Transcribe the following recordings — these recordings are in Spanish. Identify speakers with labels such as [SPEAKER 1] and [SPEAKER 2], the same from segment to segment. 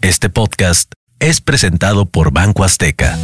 [SPEAKER 1] Este podcast es presentado por Banco Azteca.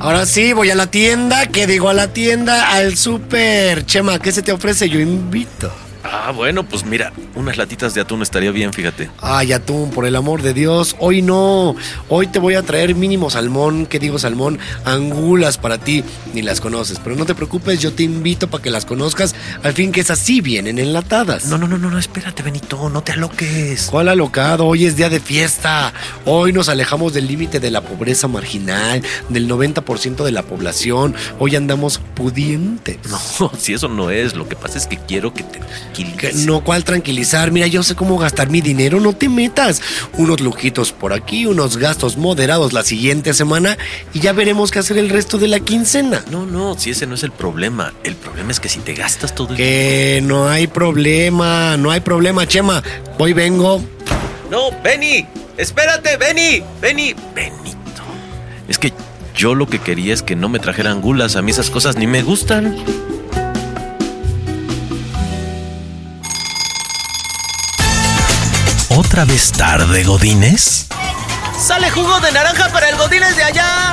[SPEAKER 2] Ahora sí, voy a la tienda, que digo a la tienda, al súper. Chema, ¿qué se te ofrece? Yo invito.
[SPEAKER 3] Ah, bueno, pues mira, unas latitas de atún estaría bien, fíjate.
[SPEAKER 2] Ay, atún, por el amor de Dios, hoy no. Hoy te voy a traer mínimo salmón, ¿qué digo salmón? Angulas para ti, ni las conoces. Pero no te preocupes, yo te invito para que las conozcas. Al fin que esas sí vienen enlatadas.
[SPEAKER 3] No, no, no, no, no, espérate, Benito, no te aloques.
[SPEAKER 2] ¿Cuál alocado? Hoy es día de fiesta. Hoy nos alejamos del límite de la pobreza marginal, del 90% de la población. Hoy andamos pudientes.
[SPEAKER 3] No, si eso no es, lo que pasa es que quiero que te
[SPEAKER 2] Que
[SPEAKER 3] tranquilices.
[SPEAKER 2] no, ¿cuál tranquilizar? Mira, yo sé cómo gastar mi dinero, no te metas. Unos lujitos por aquí, unos gastos moderados la siguiente semana y ya veremos qué hacer el resto de la quincena.
[SPEAKER 3] No, no, si ese no es el problema. El problema es que si te gastas todo el...
[SPEAKER 2] Que no hay problema, no hay problema, Chema. Hoy vengo.
[SPEAKER 3] No, Benny, espérate, Benny, Benny, Benito. Es que yo lo que quería es que no me trajeran gulas, a mí esas cosas ni me gustan.
[SPEAKER 1] ¿Otra vez tarde, Godines?
[SPEAKER 3] ¡Sale jugo de naranja para el Godines de allá!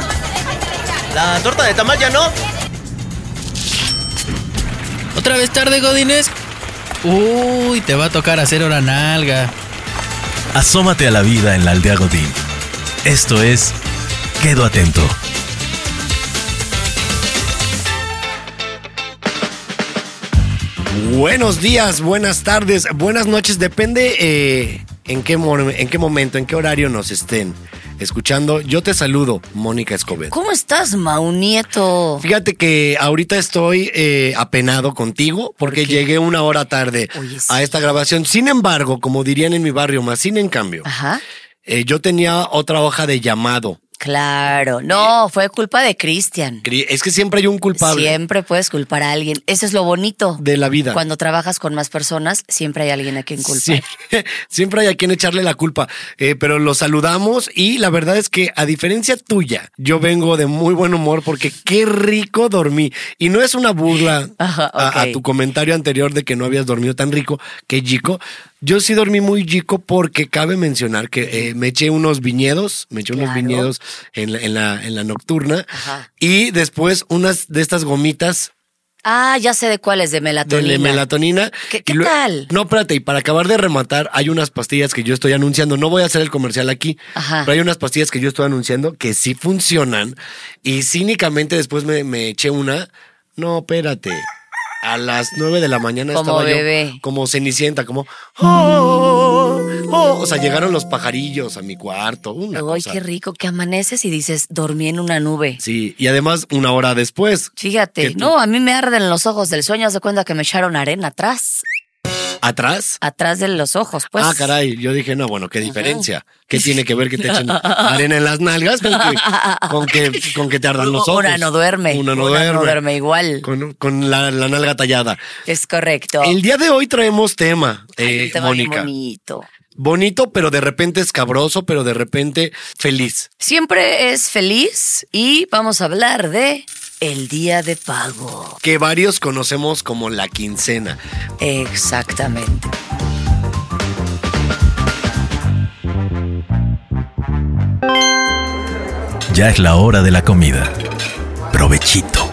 [SPEAKER 3] La torta de tamal ya no.
[SPEAKER 4] ¿Otra vez tarde, Godines? Uy, te va a tocar hacer hora nalga.
[SPEAKER 1] Asómate a la vida en la aldea Godín. Esto es Quedo Atento.
[SPEAKER 2] Buenos días, buenas tardes, buenas noches. Depende eh, en, qué mor- en qué momento, en qué horario nos estén escuchando. Yo te saludo, Mónica Escobedo.
[SPEAKER 5] ¿Cómo estás, Maunieto?
[SPEAKER 2] Fíjate que ahorita estoy eh, apenado contigo porque llegué una hora tarde
[SPEAKER 5] Oye, sí.
[SPEAKER 2] a esta grabación. Sin embargo, como dirían en mi barrio, más sin en cambio,
[SPEAKER 5] Ajá.
[SPEAKER 2] eh, yo tenía otra hoja de llamado.
[SPEAKER 5] Claro. No, fue culpa de Cristian.
[SPEAKER 2] Cri- Es que siempre hay un culpable
[SPEAKER 5] Siempre puedes culpar a alguien. Eso es lo bonito.
[SPEAKER 2] de la vida.
[SPEAKER 5] Cuando trabajas con más personas, siempre hay alguien a quien culpar.
[SPEAKER 2] Sí, siempre hay a quien echarle la culpa, Eh, pero los saludamos y la verdad es que a diferencia tuya, yo vengo de muy buen humor porque qué rico dormí. Y no es una burla
[SPEAKER 5] Ajá,
[SPEAKER 2] a, a
[SPEAKER 5] ok.
[SPEAKER 2] tu comentario anterior de que no habías dormido tan rico que chico. Yo sí dormí muy chico porque cabe mencionar que eh, me eché unos viñedos, me eché unos
[SPEAKER 5] Claro.
[SPEAKER 2] viñedos en la, en la, en la nocturna
[SPEAKER 5] Ajá.
[SPEAKER 2] y después unas de estas gomitas
[SPEAKER 5] Ah, ya sé de cuál es, de
[SPEAKER 2] de
[SPEAKER 5] melatonina.
[SPEAKER 2] la melatonina.
[SPEAKER 5] ¿Qué-
[SPEAKER 2] Y
[SPEAKER 5] qué
[SPEAKER 2] lue-
[SPEAKER 5] tal?
[SPEAKER 2] No, espérate, y para acabar de rematar, hay unas pastillas que yo estoy anunciando. No voy a hacer el comercial aquí,
[SPEAKER 5] Ajá.
[SPEAKER 2] pero hay unas pastillas que yo estoy anunciando que sí funcionan. Y cínicamente después me, me eché una. No, espérate. A las nueve de la mañana
[SPEAKER 5] Como
[SPEAKER 2] estaba yo
[SPEAKER 5] bebé.
[SPEAKER 2] como cenicienta, como. "Oh, oh, oh". O sea, llegaron los pajarillos a mi cuarto. Una
[SPEAKER 5] Ay,
[SPEAKER 2] cosa.
[SPEAKER 5] qué rico que amaneces y dices, dormí en una nube.
[SPEAKER 2] Sí, y además una hora después. ¿Qué
[SPEAKER 5] Fíjate,
[SPEAKER 2] tú?
[SPEAKER 5] no, a mí me arden los ojos del sueño. Haz de cuenta que me echaron arena atrás,
[SPEAKER 2] ¿Atrás?
[SPEAKER 5] atrás de los ojos, pues.
[SPEAKER 2] ah, caray, yo dije, no, bueno, qué diferencia. ¿Qué tiene que ver que te echen arena en las nalgas con que, con que, con que te ardan los ojos?
[SPEAKER 5] Una no duerme.
[SPEAKER 2] Una no
[SPEAKER 5] Una
[SPEAKER 2] duerme.
[SPEAKER 5] igual.
[SPEAKER 2] Con, con la, la nalga tallada.
[SPEAKER 5] Es correcto.
[SPEAKER 2] El día de hoy traemos tema, eh,
[SPEAKER 5] Ay, te va bien
[SPEAKER 2] Mónica.
[SPEAKER 5] bonito.
[SPEAKER 2] Bonito, pero de repente escabroso, pero de repente feliz.
[SPEAKER 5] Siempre es feliz y vamos a hablar de el día de pago.
[SPEAKER 2] Que varios conocemos como la quincena.
[SPEAKER 5] Exactamente.
[SPEAKER 1] Ya es la hora de la comida. Provechito.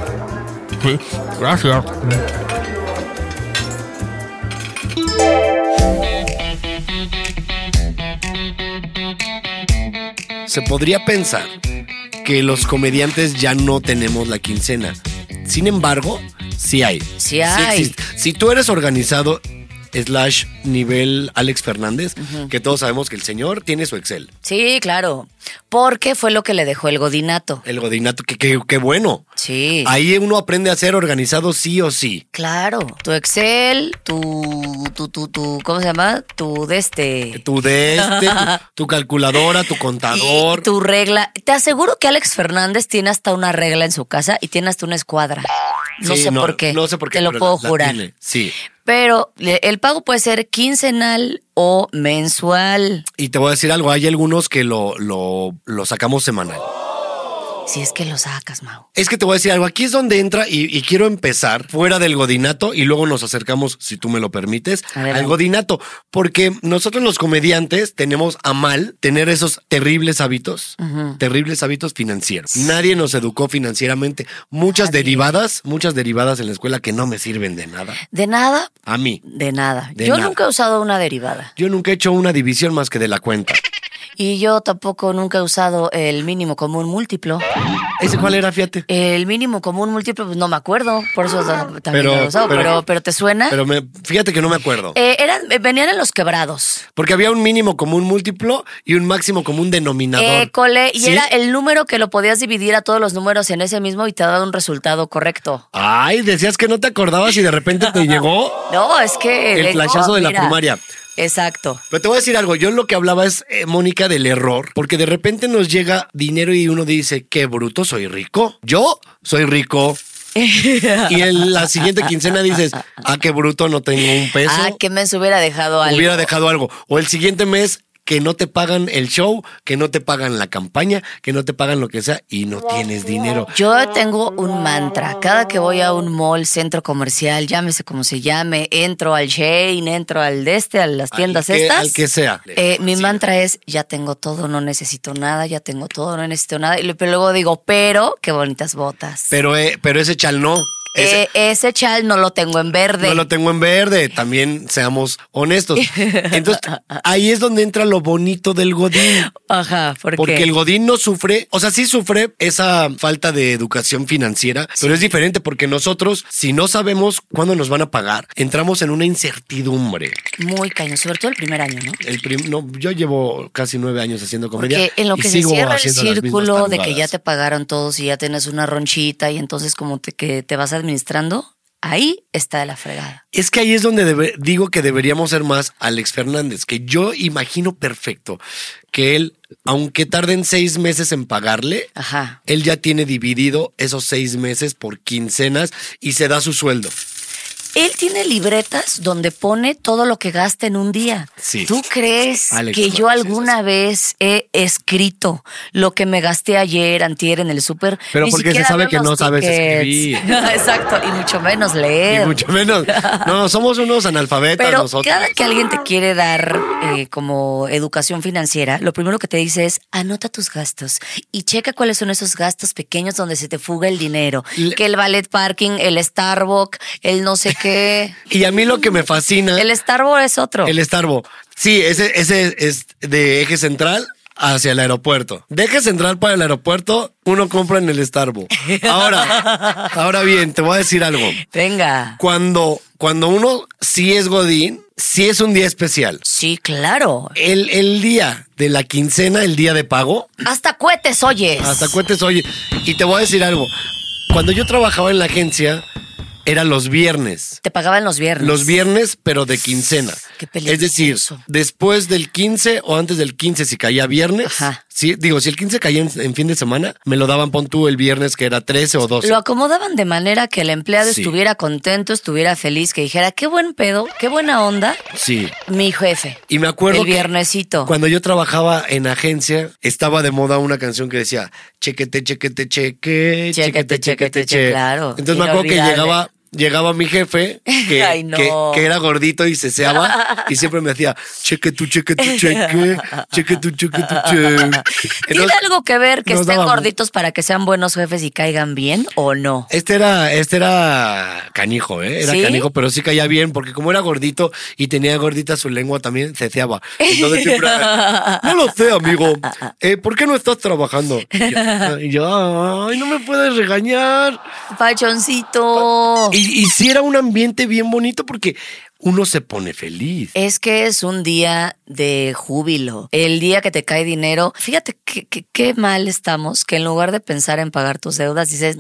[SPEAKER 2] Se podría pensar que los comediantes ya no tenemos la quincena. Sin embargo, sí hay.
[SPEAKER 5] Sí hay.
[SPEAKER 2] existe. si tú eres organizado, slash nivel Alex Fernández, que todos sabemos que el señor tiene su Excel.
[SPEAKER 5] Sí, claro. Porque fue lo que le dejó el godinato.
[SPEAKER 2] El godinato, que, que- que bueno.
[SPEAKER 5] Sí.
[SPEAKER 2] Ahí uno aprende a ser organizado sí o sí.
[SPEAKER 5] Claro. Tu Excel, tu, tu, tu, tu, ¿cómo se llama? Tu de este.
[SPEAKER 2] Tu de este, tu, tu calculadora, tu contador.
[SPEAKER 5] Y tu regla. Te aseguro que Alex Fernández tiene hasta una regla en su casa y tiene hasta una escuadra. No
[SPEAKER 2] Sí,
[SPEAKER 5] sé por qué.
[SPEAKER 2] No sé por qué.
[SPEAKER 5] Te lo
[SPEAKER 2] pero
[SPEAKER 5] puedo
[SPEAKER 2] la- la
[SPEAKER 5] jurar.
[SPEAKER 2] tiene, Sí.
[SPEAKER 5] Pero le- el pago puede ser quincenal o mensual.
[SPEAKER 2] Y te voy a decir algo, hay algunos que lo, lo, lo sacamos semanal.
[SPEAKER 5] Si es que lo sacas, Mau.
[SPEAKER 2] Es que te voy a decir algo, aquí es donde entra y, y quiero empezar fuera del godinato y luego nos acercamos, si tú me lo permites,
[SPEAKER 5] Adelante.
[SPEAKER 2] al godinato, porque nosotros los comediantes tenemos a mal tener esos terribles hábitos, terribles hábitos financieros. Nadie nos educó financieramente, muchas
[SPEAKER 5] Nadie.
[SPEAKER 2] derivadas, muchas derivadas en la escuela que no me sirven de nada,
[SPEAKER 5] De nada,
[SPEAKER 2] a mí.
[SPEAKER 5] de nada.
[SPEAKER 2] De
[SPEAKER 5] yo
[SPEAKER 2] nada.
[SPEAKER 5] nunca he usado una derivada.
[SPEAKER 2] Yo nunca he hecho una división más que de la cuenta.
[SPEAKER 5] Y yo tampoco nunca he usado el mínimo común múltiplo.
[SPEAKER 2] ¿Ese cuál era, fíjate?
[SPEAKER 5] El mínimo común múltiplo, pues no me acuerdo. Por eso tam- también
[SPEAKER 2] Ah. Pero-
[SPEAKER 5] lo he usado.
[SPEAKER 2] pero-
[SPEAKER 5] Pero, pero, ¿te suena?
[SPEAKER 2] Pero me, fíjate que no me acuerdo.
[SPEAKER 5] Eh, eran, eh, venían en los quebrados.
[SPEAKER 2] Porque había un mínimo común múltiplo y un máximo común denominador.
[SPEAKER 5] École, y
[SPEAKER 2] ¿Sí?
[SPEAKER 5] era el número que lo podías dividir a todos los números en ese mismo y te daba un resultado correcto.
[SPEAKER 2] Ay, decías que no te acordabas y de repente te llegó.
[SPEAKER 5] No, es que.
[SPEAKER 2] El
[SPEAKER 5] eh,
[SPEAKER 2] flashazo
[SPEAKER 5] no,
[SPEAKER 2] de la
[SPEAKER 5] mira.
[SPEAKER 2] primaria.
[SPEAKER 5] Exacto.
[SPEAKER 2] Pero te voy a decir algo, yo lo que hablaba es, eh, Mónica, del error, porque de repente nos llega dinero y uno dice, qué bruto, soy rico. Yo soy rico. y en la siguiente quincena dices, ah, qué bruto, no tengo un peso.
[SPEAKER 5] Ah, que me hubiera dejado algo.
[SPEAKER 2] hubiera dejado algo. O el siguiente mes que no te pagan el show, que no te pagan la campaña, que no te pagan lo que sea y no tienes dinero.
[SPEAKER 5] Yo tengo un mantra. Cada que voy a un mall, centro comercial, llámese como se llame, entro al Shane, entro al de este, a las
[SPEAKER 2] Al
[SPEAKER 5] tiendas
[SPEAKER 2] que-
[SPEAKER 5] estas.
[SPEAKER 2] al que sea.
[SPEAKER 5] eh, mi mantra es, ya tengo todo, no necesito nada, ya tengo todo, no necesito nada. Y lo- pero luego digo, pero, qué bonitas botas.
[SPEAKER 2] Pero, eh, pero ese chal no. Ese,
[SPEAKER 5] Eh, ese chal no lo tengo en verde.
[SPEAKER 2] No lo tengo en verde, también seamos honestos. Entonces, ahí es donde entra lo bonito del Godín.
[SPEAKER 5] Ajá, ¿por
[SPEAKER 2] Porque
[SPEAKER 5] qué?
[SPEAKER 2] el Godín no sufre, o sea, sí sufre esa falta de educación financiera, pero es diferente porque nosotros, si no sabemos cuándo nos van a pagar, entramos en una incertidumbre.
[SPEAKER 5] Muy cañón, sobre todo el primer año, ¿no?
[SPEAKER 2] El prim- no, yo llevo casi nueve años haciendo comedia.
[SPEAKER 5] Porque en lo
[SPEAKER 2] y
[SPEAKER 5] que se
[SPEAKER 2] sigo
[SPEAKER 5] cierra el
[SPEAKER 2] haciendo las mismas
[SPEAKER 5] círculo de que ya
[SPEAKER 2] tarugadas.
[SPEAKER 5] te pagaron todos y ya tienes una ronchita y entonces como te, que te vas administrando, ahí está de la fregada.
[SPEAKER 2] Es que ahí es donde debe- digo que deberíamos ser más Alex Fernández, que yo imagino perfecto que él, aunque tarden seis meses en pagarle,
[SPEAKER 5] Ajá.
[SPEAKER 2] él ya tiene dividido esos seis meses por quincenas y se da su sueldo.
[SPEAKER 5] Él tiene libretas donde pone todo lo que gasta en un día.
[SPEAKER 2] Sí.
[SPEAKER 5] ¿Tú crees
[SPEAKER 2] Alex
[SPEAKER 5] que yo
[SPEAKER 2] Fernández es
[SPEAKER 5] alguna vez he escrito lo que me gasté ayer, antier en el súper?
[SPEAKER 2] Pero
[SPEAKER 5] Ni
[SPEAKER 2] porque se
[SPEAKER 5] siquiera
[SPEAKER 2] sabe
[SPEAKER 5] veo
[SPEAKER 2] que
[SPEAKER 5] los
[SPEAKER 2] no sabes
[SPEAKER 5] tickets. Exacto, y mucho menos
[SPEAKER 2] Y
[SPEAKER 5] leer.
[SPEAKER 2] mucho menos. No, somos unos analfabetas
[SPEAKER 5] Pero
[SPEAKER 2] nosotros.
[SPEAKER 5] cada que alguien te quiere dar eh, como educación financiera, lo primero que te dice es anota tus gastos y checa cuáles son esos gastos pequeños donde se te fuga el dinero.
[SPEAKER 2] Le-
[SPEAKER 5] que el ballet parking, el Starbucks, el no sé qué.
[SPEAKER 2] Y a mí lo que me fascina.
[SPEAKER 5] el Starbucks es otro.
[SPEAKER 2] El Starbo. Sí, ese, ese es de eje central hacia el aeropuerto. De eje central para el aeropuerto, uno compra en el Starbo. Ahora, ahora bien, te voy a decir algo.
[SPEAKER 5] Venga.
[SPEAKER 2] Cuando, cuando uno sí es Godín, sí es un día especial.
[SPEAKER 5] Sí, claro.
[SPEAKER 2] El, el día de la quincena, el día de pago,
[SPEAKER 5] Hasta cohetes, oyes.
[SPEAKER 2] hasta cuentes, oye, y te voy a decir algo. Cuando yo trabajaba en la agencia, era los viernes.
[SPEAKER 5] Te pagaban los viernes.
[SPEAKER 2] Los viernes, pero de quincena.
[SPEAKER 5] Qué peligroso.
[SPEAKER 2] es decir, después del 15 o antes del 15, si caía viernes.
[SPEAKER 5] Ajá.
[SPEAKER 2] Sí, digo, si el 15 caía en, en fin de semana, me lo daban pon tú el viernes que era 13 o 12.
[SPEAKER 5] Lo acomodaban de manera que el empleado
[SPEAKER 2] Sí.
[SPEAKER 5] estuviera contento, estuviera feliz, que dijera, qué buen pedo, qué buena onda,
[SPEAKER 2] Sí.
[SPEAKER 5] mi jefe.
[SPEAKER 2] Y me acuerdo
[SPEAKER 5] El
[SPEAKER 2] que
[SPEAKER 5] viernesito.
[SPEAKER 2] cuando yo trabajaba en agencia, estaba de moda una canción que decía, chequete, chequete, cheque,
[SPEAKER 5] Chequete,
[SPEAKER 2] chequete, chequete,
[SPEAKER 5] chequete,
[SPEAKER 2] cheque.
[SPEAKER 5] claro.
[SPEAKER 2] Entonces me acuerdo que
[SPEAKER 5] Inolvidable.
[SPEAKER 2] llegaba, llegaba mi jefe, que,
[SPEAKER 5] Ay, no.
[SPEAKER 2] que, que era gordito y seseaba, y siempre me decía, cheque tu, cheque tu, cheque, cheque tu, cheque tu, cheque.
[SPEAKER 5] ¿Tiene
[SPEAKER 2] Entonces,
[SPEAKER 5] algo que ver que
[SPEAKER 2] nos
[SPEAKER 5] estén
[SPEAKER 2] daba-
[SPEAKER 5] gorditos para que sean buenos jefes y caigan bien o no?
[SPEAKER 2] Este era, este era canijo, ¿eh? Era
[SPEAKER 5] ¿Sí?
[SPEAKER 2] canijo, pero sí caía bien, porque como era gordito y tenía gordita su lengua también, ceceaba. Entonces siempre. No lo sé, amigo. Eh, ¿Por qué no estás trabajando? Y yo, y yo, ay, no me puedes regañar.
[SPEAKER 5] Pachoncito.
[SPEAKER 2] Y, y sí era un ambiente bien bonito porque uno se pone feliz.
[SPEAKER 5] Es que es un día de júbilo, el día que te cae dinero. Fíjate qué qué- qué mal estamos que en lugar de pensar en pagar tus deudas, dices,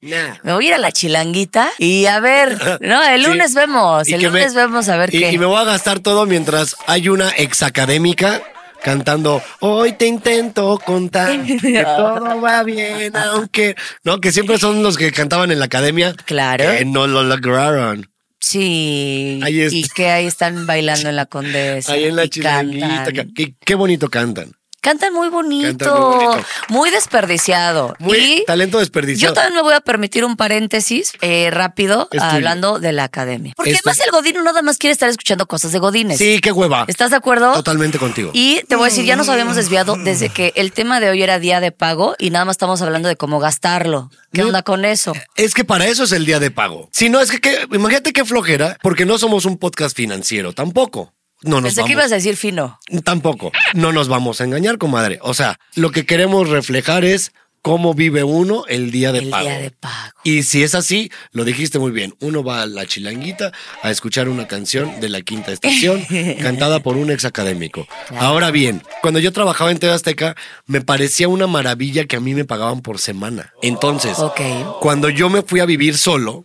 [SPEAKER 5] "Nah, me voy a ir a la chilanguita y a ver, no, el
[SPEAKER 2] Sí.
[SPEAKER 5] lunes vemos,
[SPEAKER 2] Y
[SPEAKER 5] el
[SPEAKER 2] que me-
[SPEAKER 5] lunes vemos a ver
[SPEAKER 2] y,
[SPEAKER 5] qué.
[SPEAKER 2] y me voy a gastar todo mientras hay una exacadémica cantando Hoy te intento contar que todo va bien, aunque. No, que siempre son los que cantaban en la academia.
[SPEAKER 5] Claro.
[SPEAKER 2] Que no lo lograron.
[SPEAKER 5] Sí,
[SPEAKER 2] Ahí está.
[SPEAKER 5] y que ahí están bailando en la condesa.
[SPEAKER 2] Ahí en la
[SPEAKER 5] y
[SPEAKER 2] chilanguita.
[SPEAKER 5] cantan.
[SPEAKER 2] Qué, qué bonito cantan.
[SPEAKER 5] Cantan muy bonito,
[SPEAKER 2] Cantan muy bonito.
[SPEAKER 5] muy desperdiciado.
[SPEAKER 2] Muy
[SPEAKER 5] Y
[SPEAKER 2] talento desperdiciado.
[SPEAKER 5] Yo también me voy a permitir un paréntesis eh, rápido
[SPEAKER 2] Es tuyo.
[SPEAKER 5] hablando de la academia. Porque
[SPEAKER 2] Es
[SPEAKER 5] además
[SPEAKER 2] tuyo.
[SPEAKER 5] el Godín nada más quiere estar escuchando cosas de Godines.
[SPEAKER 2] Sí, qué hueva.
[SPEAKER 5] ¿Estás de acuerdo?
[SPEAKER 2] Totalmente contigo.
[SPEAKER 5] Y te voy a decir, ya nos habíamos desviado desde que el tema de hoy era día de pago y nada más estamos hablando de cómo gastarlo. ¿Qué
[SPEAKER 2] No. Eh,
[SPEAKER 5] onda con eso?
[SPEAKER 2] Es que para eso es el día de pago. Si no, es que, que- imagínate qué flojera, porque no somos un podcast financiero tampoco. No nos
[SPEAKER 5] Pensé que
[SPEAKER 2] vamos.
[SPEAKER 5] ibas a decir fino.
[SPEAKER 2] Tampoco. No nos vamos a engañar, comadre. O sea, lo que queremos reflejar es cómo vive uno el día de
[SPEAKER 5] el
[SPEAKER 2] pago.
[SPEAKER 5] día de pago.
[SPEAKER 2] Y si es así, lo dijiste muy bien. Uno va a la chilanguita a escuchar una canción de la quinta estación cantada por un ex académico. Ahora bien, cuando yo trabajaba en TV Azteca, me parecía una maravilla que a mí me pagaban por semana. Entonces,
[SPEAKER 5] Ok.
[SPEAKER 2] cuando yo me fui a vivir solo,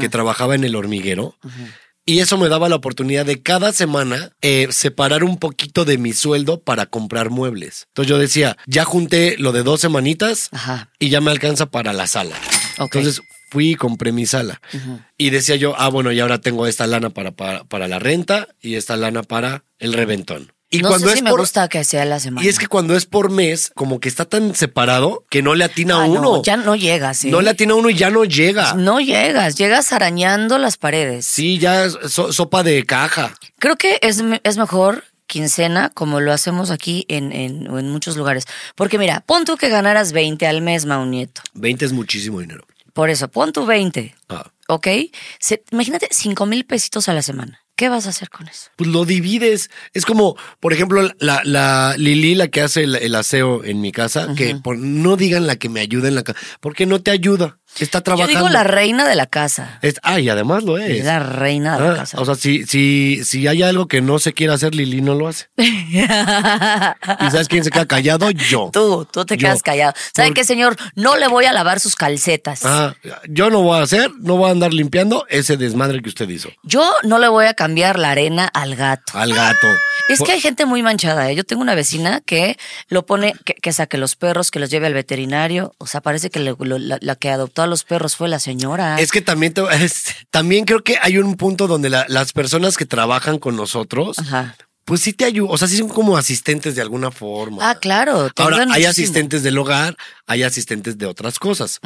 [SPEAKER 2] que trabajaba en el hormiguero, y eso me daba la oportunidad de cada semana eh, separar un poquito de mi sueldo para comprar muebles. Entonces yo decía, ya junté lo de dos semanitas
[SPEAKER 5] Ajá.
[SPEAKER 2] y ya me alcanza para la sala.
[SPEAKER 5] Ok.
[SPEAKER 2] Entonces fui y compré mi sala. Y decía yo, ah, bueno, y ahora tengo esta lana para, para, para la renta y esta lana para el reventón. Y
[SPEAKER 5] no
[SPEAKER 2] cuando
[SPEAKER 5] sé
[SPEAKER 2] es
[SPEAKER 5] si me
[SPEAKER 2] por-
[SPEAKER 5] gusta que sea la semana.
[SPEAKER 2] Y es que cuando es por mes, como que está tan separado que no le atina a
[SPEAKER 5] Ah, no,
[SPEAKER 2] uno.
[SPEAKER 5] ya no llegas, ¿eh?
[SPEAKER 2] No le atina a uno y ya no llega.
[SPEAKER 5] No llegas, llegas arañando las paredes.
[SPEAKER 2] Sí, ya es so- sopa de caja.
[SPEAKER 5] Creo que es, me- es mejor quincena, como lo hacemos aquí en, en, o en muchos lugares. Porque mira, pon tú que ganaras 20 al mes, Mau Nieto.
[SPEAKER 2] 20 es muchísimo dinero.
[SPEAKER 5] Por eso, pon tú 20,
[SPEAKER 2] Ah.
[SPEAKER 5] ¿ok? Se- imagínate 5 mil pesitos a la semana. ¿Qué vas a hacer con eso?
[SPEAKER 2] Pues lo divides. Es como, por ejemplo, la, la Lili, la que hace el, el aseo en mi casa, que por- no digan la que me ayuda en la casa, porque no te ayuda. Está trabajando.
[SPEAKER 5] Yo digo la reina de la casa.
[SPEAKER 2] Es- ah, y además lo es.
[SPEAKER 5] Es la reina de la
[SPEAKER 2] Ah,
[SPEAKER 5] casa.
[SPEAKER 2] o sea, si, si, si hay algo que no se quiere hacer, Lili no lo hace. ¿Y sabes quién se queda callado? Yo.
[SPEAKER 5] tú, tú te
[SPEAKER 2] Yo.
[SPEAKER 5] quedas callado. ¿Saben qué, señor? No le voy a lavar sus calcetas.
[SPEAKER 2] Ah, yo no voy a hacer, no voy a andar limpiando ese desmadre que usted hizo.
[SPEAKER 5] Yo no le voy a cambiar la arena al gato.
[SPEAKER 2] Al gato.
[SPEAKER 5] Ah, Es
[SPEAKER 2] Por-
[SPEAKER 5] que hay gente muy manchada. ¿eh? Yo tengo una vecina que lo pone, que, que saque los perros, que los lleve al veterinario. O sea, parece que lo- lo- la, la que adoptó a los perros fue la señora.
[SPEAKER 2] Es que también te- es- también creo que hay un punto donde la- las personas que trabajan con nosotros,
[SPEAKER 5] Ajá.
[SPEAKER 2] pues sí te ayudan, o sea, sí son como asistentes de alguna forma.
[SPEAKER 5] Ah, claro. te
[SPEAKER 2] Ahora,
[SPEAKER 5] ayudan
[SPEAKER 2] hay
[SPEAKER 5] muchísimo.
[SPEAKER 2] asistentes del hogar, hay asistentes de otras cosas.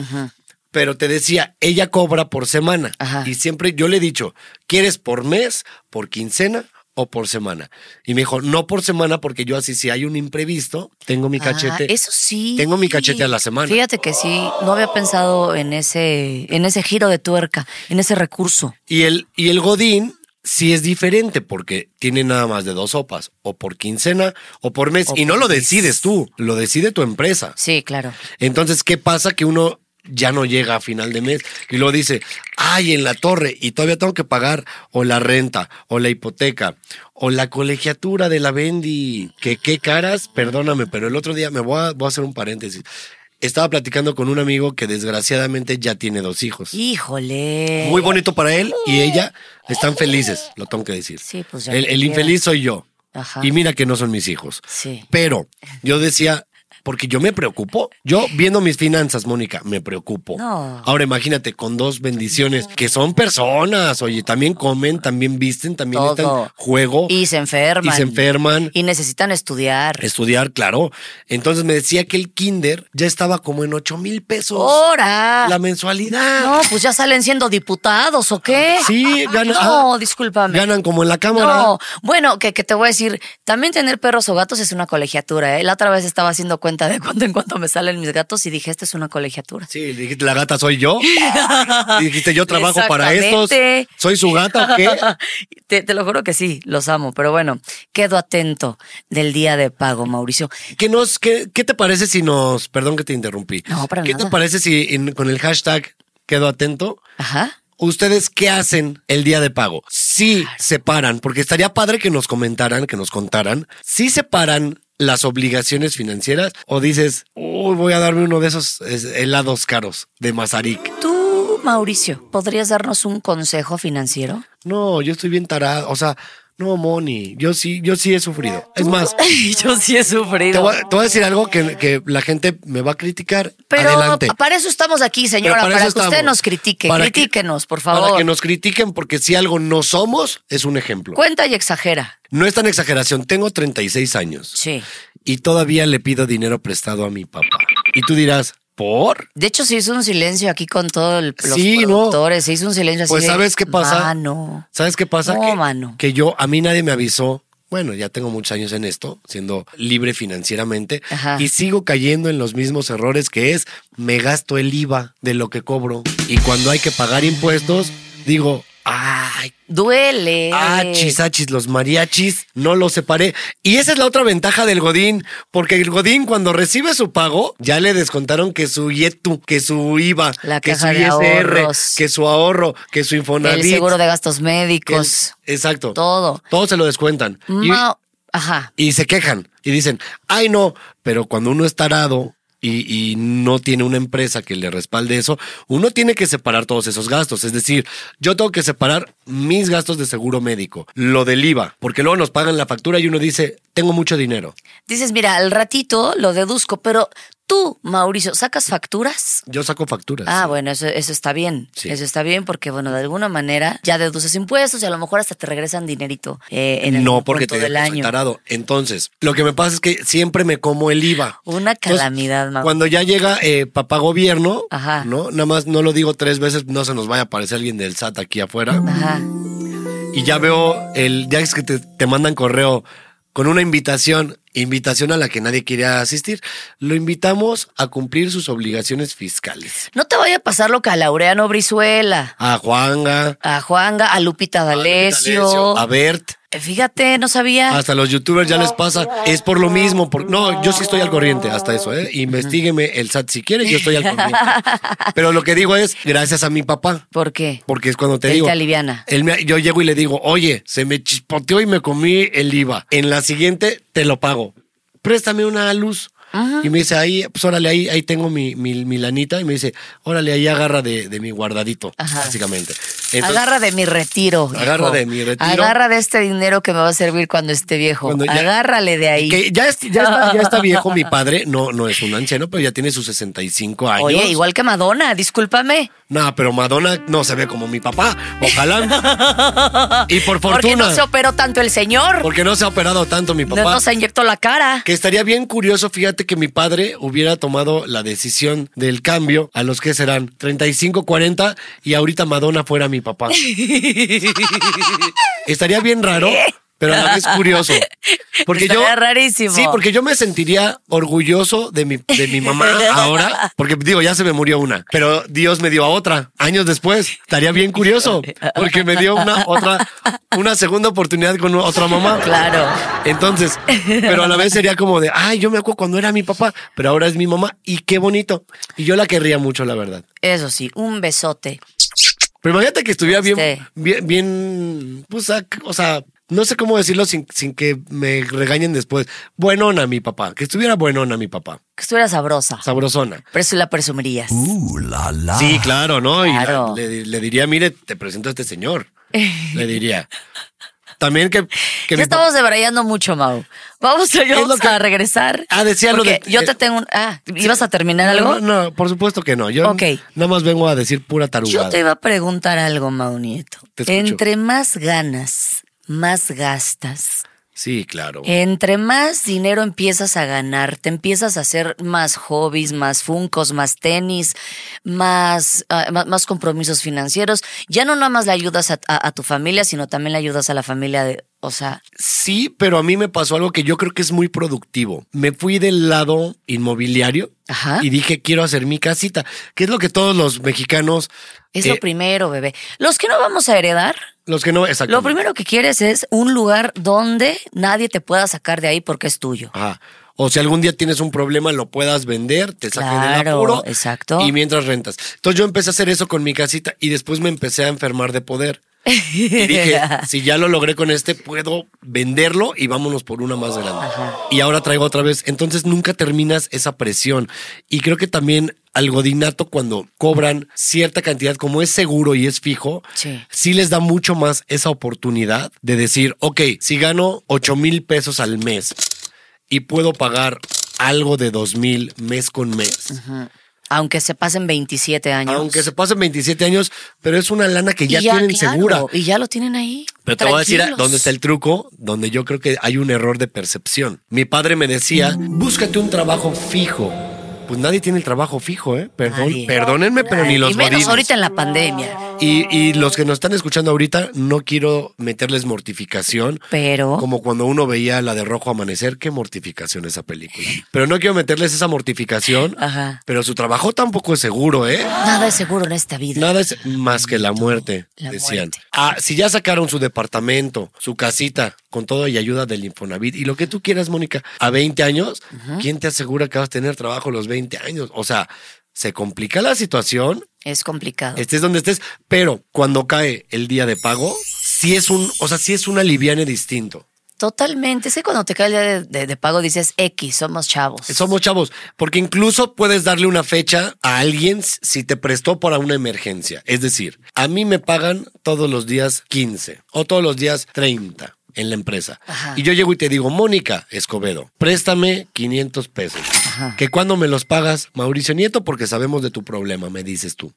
[SPEAKER 2] Pero te decía, ella cobra por semana.
[SPEAKER 5] Ajá.
[SPEAKER 2] Y siempre yo le he dicho, ¿quieres por mes, por quincena o por semana? Y me dijo, no por semana, porque yo así, si hay un imprevisto, tengo mi
[SPEAKER 5] Ah,
[SPEAKER 2] cachete.
[SPEAKER 5] eso sí.
[SPEAKER 2] Tengo mi cachete a la semana.
[SPEAKER 5] Fíjate que sí. No había pensado en ese, en ese giro de tuerca, en ese recurso.
[SPEAKER 2] Y el, y el Godín sí es diferente porque tiene nada más de dos sopas, o por quincena o por mes.
[SPEAKER 5] O
[SPEAKER 2] y no
[SPEAKER 5] por
[SPEAKER 2] lo
[SPEAKER 5] mes.
[SPEAKER 2] decides tú, lo decide tu empresa.
[SPEAKER 5] Sí, claro.
[SPEAKER 2] Entonces, ¿qué pasa que uno ya no llega a final de mes y luego dice, ay, en la torre y todavía tengo que pagar o la renta o la hipoteca o la colegiatura de la Bendy? Que qué caras, perdóname, pero el otro día me voy a, voy a hacer un paréntesis. Estaba platicando con un amigo que desgraciadamente ya tiene dos hijos.
[SPEAKER 5] Híjole.
[SPEAKER 2] Muy bonito para él y ella. Están felices, lo tengo que decir.
[SPEAKER 5] Sí, pues ya
[SPEAKER 2] El,
[SPEAKER 5] que
[SPEAKER 2] el
[SPEAKER 5] quiera.
[SPEAKER 2] infeliz soy yo.
[SPEAKER 5] Ajá.
[SPEAKER 2] Y mira que no son mis hijos.
[SPEAKER 5] Sí.
[SPEAKER 2] Pero yo decía, porque yo me preocupo. Yo viendo mis finanzas, Mónica, me preocupo.
[SPEAKER 5] No.
[SPEAKER 2] Ahora imagínate con dos bendiciones que son personas. Oye, también comen, también visten, también
[SPEAKER 5] Todo.
[SPEAKER 2] están juego.
[SPEAKER 5] Y se enferman.
[SPEAKER 2] Y se enferman.
[SPEAKER 5] Y necesitan estudiar.
[SPEAKER 2] Estudiar, claro. Entonces me decía que el kinder ya estaba como en 8 mil pesos.
[SPEAKER 5] ¡Hora!
[SPEAKER 2] La mensualidad.
[SPEAKER 5] No, pues ya salen siendo diputados o qué.
[SPEAKER 2] Ah. Sí, ganan.
[SPEAKER 5] No,
[SPEAKER 2] ah,
[SPEAKER 5] discúlpame.
[SPEAKER 2] Ganan como en la cámara.
[SPEAKER 5] No, bueno, que, que te voy a decir, también tener perros o gatos es una colegiatura, ¿eh? La otra vez estaba haciendo cuenta de cuánto en cuánto me salen mis gatos y dije, esta es una colegiatura.
[SPEAKER 2] Sí, le dijiste, la gata soy yo. Y dijiste, yo trabajo para estos.
[SPEAKER 5] Exactamente.
[SPEAKER 2] ¿Soy su gata o qué?
[SPEAKER 5] Te, te lo juro que sí, los amo, pero bueno, quedo atento del día de pago, Mauricio.
[SPEAKER 2] ¿Qué, nos, qué, qué te parece si nos... Perdón que te interrumpí.
[SPEAKER 5] No, para
[SPEAKER 2] ¿Qué te
[SPEAKER 5] nada.
[SPEAKER 2] parece si en- con el hashtag quedo atento?
[SPEAKER 5] Ajá.
[SPEAKER 2] ¿Ustedes qué hacen el día de pago? Sí separan, porque estaría padre que nos comentaran, que nos contaran. Sí separan las obligaciones financieras o dices, uy, voy a darme uno de esos es, helados caros de Mazarik.
[SPEAKER 5] Tú, Mauricio, ¿podrías darnos un consejo financiero?
[SPEAKER 2] No, yo estoy bien tarado. O sea, no, Moni, yo sí, yo sí he sufrido. Es más,
[SPEAKER 5] Yo sí he
[SPEAKER 2] te
[SPEAKER 5] sufrido.
[SPEAKER 2] voy, a- te voy a decir algo que, que la gente me va a criticar.
[SPEAKER 5] Pero
[SPEAKER 2] Adelante.
[SPEAKER 5] para eso estamos aquí, señora,
[SPEAKER 2] Pero
[SPEAKER 5] para, que
[SPEAKER 2] eso
[SPEAKER 5] usted
[SPEAKER 2] estamos.
[SPEAKER 5] nos critique.
[SPEAKER 2] Para que-
[SPEAKER 5] Critíquenos, por favor.
[SPEAKER 2] Para que nos critiquen, porque si algo no somos, es un ejemplo.
[SPEAKER 5] Cuenta y exagera.
[SPEAKER 2] No es tan exageración. Tengo 36 años.
[SPEAKER 5] Sí.
[SPEAKER 2] y todavía le pido dinero prestado a mi papá. Y tú dirás, ¿por?
[SPEAKER 5] De hecho, se hizo un silencio aquí con todos los
[SPEAKER 2] Sí, no.
[SPEAKER 5] productores. Se hizo un silencio así.
[SPEAKER 2] Pues
[SPEAKER 5] de,
[SPEAKER 2] ¿sabes qué pasa?
[SPEAKER 5] Mano.
[SPEAKER 2] ¿Sabes qué pasa?
[SPEAKER 5] No,
[SPEAKER 2] que,
[SPEAKER 5] mano.
[SPEAKER 2] que yo, a mí nadie me avisó. Bueno, ya tengo muchos años en esto, siendo libre financieramente,
[SPEAKER 5] Ajá.
[SPEAKER 2] y sigo cayendo en los mismos errores que es, me gasto el IVA de lo que cobro. Y cuando hay que pagar impuestos, digo, ay,
[SPEAKER 5] Duele.
[SPEAKER 2] achis, achis, los mariachis, no los separé. Y esa es la otra ventaja del Godín, porque el Godín cuando recibe su pago, ya le descontaron que su IETU, que su IVA,
[SPEAKER 5] La
[SPEAKER 2] que su
[SPEAKER 5] caja de ahorros.
[SPEAKER 2] que su ahorro, que su Infonavit.
[SPEAKER 5] el seguro de gastos
[SPEAKER 2] que el-
[SPEAKER 5] médicos.
[SPEAKER 2] exacto.
[SPEAKER 5] Todo.
[SPEAKER 2] Todos se lo descuentan. Y-
[SPEAKER 5] Ma- Ajá.
[SPEAKER 2] Y, se quejan y dicen, ay no, pero cuando uno es tarado y, y no tiene una empresa que le respalde eso, uno tiene que separar todos esos gastos. Es decir, yo tengo que separar mis gastos de seguro médico, lo del IVA, porque luego nos pagan la factura y uno dice, tengo mucho dinero.
[SPEAKER 5] Dices, mira, al ratito lo deduzco, pero tú, Mauricio, ¿sacas facturas?
[SPEAKER 2] Yo saco facturas.
[SPEAKER 5] Ah, bueno, eso, eso está bien.
[SPEAKER 2] Sí.
[SPEAKER 5] Eso está bien porque, bueno, de alguna manera ya deduces impuestos y a lo mejor hasta te regresan dinerito eh, en el
[SPEAKER 2] no porque te
[SPEAKER 5] momento del
[SPEAKER 2] digo que soy
[SPEAKER 5] año.
[SPEAKER 2] tarado. Entonces, lo que me pasa es que siempre me como el IVA.
[SPEAKER 5] Una
[SPEAKER 2] Entonces,
[SPEAKER 5] calamidad,
[SPEAKER 2] Pues,
[SPEAKER 5] Mau.
[SPEAKER 2] Cuando ya llega eh, papá gobierno,
[SPEAKER 5] Ajá.
[SPEAKER 2] ¿no? Nada más no lo digo tres veces, no se nos vaya a aparecer alguien del SAT aquí afuera.
[SPEAKER 5] Ajá.
[SPEAKER 2] Y ya veo el, ya es que te, te mandan correo con una invitación, invitación a la que nadie quería asistir. Lo invitamos a cumplir sus obligaciones fiscales.
[SPEAKER 5] No te vaya a pasar lo que a Laureano Brizuela,
[SPEAKER 2] A Juanga,
[SPEAKER 5] a Juanga, a Lupita D'Alessio.
[SPEAKER 2] a Bert,
[SPEAKER 5] Eh, Fíjate, no sabía.
[SPEAKER 2] hasta los youtubers ya les pasa. Es por lo mismo. por- no, yo sí estoy al corriente hasta eso, ¿eh? Investígueme el SAT si quieres, yo estoy al corriente. Pero lo que digo es, gracias a mi papá.
[SPEAKER 5] ¿Por qué?
[SPEAKER 2] Porque es cuando te
[SPEAKER 5] Él
[SPEAKER 2] digo.
[SPEAKER 5] te aliviana.
[SPEAKER 2] él me- yo llego y le digo, oye, se me chispoteó y me comí el IVA. En la siguiente te lo pago. Préstame una luz. Y me dice, ahí, pues órale, ahí, ahí tengo mi, mi, mi lanita. Y me dice, órale, ahí agarra de, de mi guardadito,
[SPEAKER 5] Ajá.
[SPEAKER 2] básicamente. Entonces,
[SPEAKER 5] agarra de mi retiro.
[SPEAKER 2] Agarra
[SPEAKER 5] hijo.
[SPEAKER 2] de mi retiro.
[SPEAKER 5] Agarra de este dinero que me va a servir cuando esté viejo.
[SPEAKER 2] Cuando ya-
[SPEAKER 5] Agárrale de ahí.
[SPEAKER 2] que ya, es- ya está, ya está viejo mi padre. No, no es un anciano, pero ya tiene sus 65 años.
[SPEAKER 5] Oye, igual que Madonna, discúlpame.
[SPEAKER 2] No, pero Madonna no se ve como mi papá. Ojalá. y por fortuna.
[SPEAKER 5] Porque no se operó tanto el señor.
[SPEAKER 2] porque no se ha operado tanto mi
[SPEAKER 5] No,
[SPEAKER 2] papá.
[SPEAKER 5] no se inyectó la cara.
[SPEAKER 2] Que estaría bien curioso, fíjate que mi padre hubiera tomado la decisión del cambio a los que serán 35, 40 y ahorita Madonna fuera mi papá. estaría bien raro, pero a la vez curioso. Porque
[SPEAKER 5] Estaría
[SPEAKER 2] yo
[SPEAKER 5] rarísimo.
[SPEAKER 2] Sí, porque yo me sentiría orgulloso de mi de mi mamá ahora, porque digo, ya se me murió una, pero Dios me dio a otra años después. Estaría bien curioso, porque me dio una otra una segunda oportunidad con otra mamá.
[SPEAKER 5] Claro.
[SPEAKER 2] Entonces, pero a la vez sería como de, ay, yo me acuerdo cuando era mi papá, pero ahora es mi mamá y qué bonito. Y yo la querría mucho, la verdad.
[SPEAKER 5] Eso sí, un besote.
[SPEAKER 2] Pero imagínate que estuviera bien,
[SPEAKER 5] Sí.
[SPEAKER 2] bien, bien, pues, ah, o sea, no sé cómo decirlo sin, sin que me regañen después. Buenona, mi papá, que estuviera buenona, mi papá,
[SPEAKER 5] Que estuviera sabrosa.
[SPEAKER 2] sabrosona.
[SPEAKER 5] Pero eso la presumirías.
[SPEAKER 2] Uh. Sí, claro, ¿no? Y la-
[SPEAKER 5] Claro.
[SPEAKER 2] le, le diría, mire, te presento a este señor. Le diría. También que, que
[SPEAKER 5] ya
[SPEAKER 2] mi
[SPEAKER 5] estamos debrayando mucho, Mau. Vamos, a-
[SPEAKER 2] lo
[SPEAKER 5] vamos
[SPEAKER 2] que-
[SPEAKER 5] a regresar.
[SPEAKER 2] Ah, decía lo
[SPEAKER 5] Porque
[SPEAKER 2] de-
[SPEAKER 5] Yo
[SPEAKER 2] eh,
[SPEAKER 5] te tengo un. Ah, ¿ibas a terminar
[SPEAKER 2] No,
[SPEAKER 5] algo?
[SPEAKER 2] No, no, por supuesto que no. Yo
[SPEAKER 5] Ok.
[SPEAKER 2] nada más vengo a decir pura tarugada.
[SPEAKER 5] Yo te iba a preguntar algo, Mau Nieto.
[SPEAKER 2] Te escucho.
[SPEAKER 5] Entre más ganas, más gastas.
[SPEAKER 2] Sí, claro.
[SPEAKER 5] Entre más dinero empiezas a ganar, te empiezas a hacer más hobbies, más funcos, más tenis, más, ah, ma- más, compromisos financieros. Ya no nada más le ayudas a, a- a tu familia, sino también le ayudas a la familia de. O sea,
[SPEAKER 2] Sí, pero a mí me pasó algo que yo creo que es muy productivo. Me fui del lado inmobiliario
[SPEAKER 5] Ajá.
[SPEAKER 2] y dije, quiero hacer mi casita, que es lo que todos los mexicanos,
[SPEAKER 5] es
[SPEAKER 2] Eh,
[SPEAKER 5] lo primero, bebé. Los que no vamos a heredar,
[SPEAKER 2] los que no, exacto.
[SPEAKER 5] lo primero que quieres es un lugar donde nadie te pueda sacar de ahí porque es tuyo.
[SPEAKER 2] Ajá. O si algún día tienes un problema, lo puedas vender, te saquen del
[SPEAKER 5] Claro,
[SPEAKER 2] apuro.
[SPEAKER 5] exacto.
[SPEAKER 2] Y mientras rentas. Entonces yo empecé a hacer eso con mi casita y después me empecé a enfermar de poder. Y dije, si ya lo logré con este, puedo venderlo y vámonos por una más grande. Y ahora traigo otra vez. Entonces nunca terminas esa presión. Y creo que también al godinato cuando cobran cierta cantidad, como es seguro y es fijo,
[SPEAKER 5] Sí.
[SPEAKER 2] sí les da mucho más esa oportunidad de decir, ok, si gano 8 mil pesos al mes y puedo pagar algo de 2 mil mes con mes,
[SPEAKER 5] Aunque se pasen 27 años.
[SPEAKER 2] Aunque se pasen 27 años, pero es una lana que ya,
[SPEAKER 5] Y
[SPEAKER 2] tienen
[SPEAKER 5] claro,
[SPEAKER 2] segura.
[SPEAKER 5] Y ya lo tienen ahí.
[SPEAKER 2] Pero te voy a decir
[SPEAKER 5] tranquilos.
[SPEAKER 2] dónde está el truco, donde yo creo que hay un error de percepción. Mi padre me decía, búscate un trabajo fijo. Pues nadie tiene el trabajo fijo, ¿eh? Perdón,
[SPEAKER 5] Nadie.
[SPEAKER 2] perdónenme, pero ni los
[SPEAKER 5] Y menos
[SPEAKER 2] godines.
[SPEAKER 5] ahorita en la pandemia.
[SPEAKER 2] Y, y los que nos están escuchando ahorita, no quiero meterles mortificación.
[SPEAKER 5] Pero-
[SPEAKER 2] Como cuando uno veía la de Rojo Amanecer, qué mortificación esa película. Pero no quiero meterles esa mortificación.
[SPEAKER 5] Ajá.
[SPEAKER 2] Pero su trabajo tampoco es seguro, ¿eh?
[SPEAKER 5] Nada es seguro en esta vida.
[SPEAKER 2] Nada es más que la muerte,
[SPEAKER 5] La
[SPEAKER 2] decían.
[SPEAKER 5] muerte.
[SPEAKER 2] Ah, si ya sacaron su departamento, su casita, con todo y ayuda del Infonavit, y lo que tú quieras, Mónica, a 20 años, ¿quién te asegura que vas a tener trabajo a los 20 años? O sea, se complica la situación,
[SPEAKER 5] Es complicado.
[SPEAKER 2] estés donde estés, pero cuando cae el día de pago, sí es un, o sea, sí es un aliviane distinto.
[SPEAKER 5] Totalmente. Es que cuando te cae el día de, de- de pago dices X, somos chavos.
[SPEAKER 2] Somos chavos, porque incluso puedes darle una fecha a alguien si te prestó para una emergencia. Es decir, a mí me pagan todos los días 15 o todos los días 30 en la empresa.
[SPEAKER 5] Ajá.
[SPEAKER 2] Y yo llego y te digo, Mónica Escobedo, préstame 500 pesos. Que cuando me los pagas, Mauricio Nieto, porque sabemos de tu problema, me dices tú.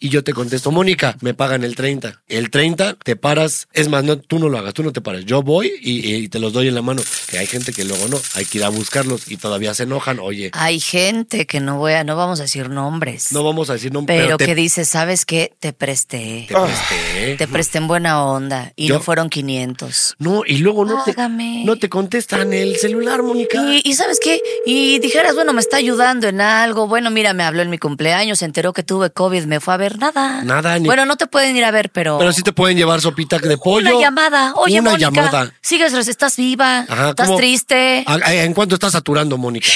[SPEAKER 2] Y yo te contesto, Mónica, me pagan el 30. El 30 te paras. Es más, no, tú no lo hagas, tú no te paras. Yo voy y, y te los doy en la mano. Que hay gente que luego no, hay que ir a buscarlos y todavía se enojan. Oye,
[SPEAKER 5] Hay gente que no voy a, no vamos a decir nombres.
[SPEAKER 2] no vamos a decir no,
[SPEAKER 5] pero
[SPEAKER 2] pero, te,
[SPEAKER 5] que dice, ¿sabes qué? Te presté.
[SPEAKER 2] te presté.
[SPEAKER 5] Te presté en buena onda. Y
[SPEAKER 2] Yo-
[SPEAKER 5] no fueron 500.
[SPEAKER 2] No, y luego no te,
[SPEAKER 5] Págame.
[SPEAKER 2] no te contestan el celular, Mónica.
[SPEAKER 5] Y, y ¿sabes qué? Y dijeras, bueno, me está ayudando en algo. Bueno, mira, me habló en mi cumpleaños, se enteró que tuve COVID, me fue a ver nada.
[SPEAKER 2] Nada, ni-
[SPEAKER 5] Bueno, no te pueden ir a ver, pero.
[SPEAKER 2] Pero sí te pueden llevar sopita de pollo.
[SPEAKER 5] Una llamada. Oye,
[SPEAKER 2] una
[SPEAKER 5] Mónica,
[SPEAKER 2] llamada.
[SPEAKER 5] Sigues, res- estás viva,
[SPEAKER 2] Ajá,
[SPEAKER 5] estás
[SPEAKER 2] ¿cómo? Ah,
[SPEAKER 5] triste.
[SPEAKER 2] ¿A- a- ¿En cuánto estás saturando, Mónica?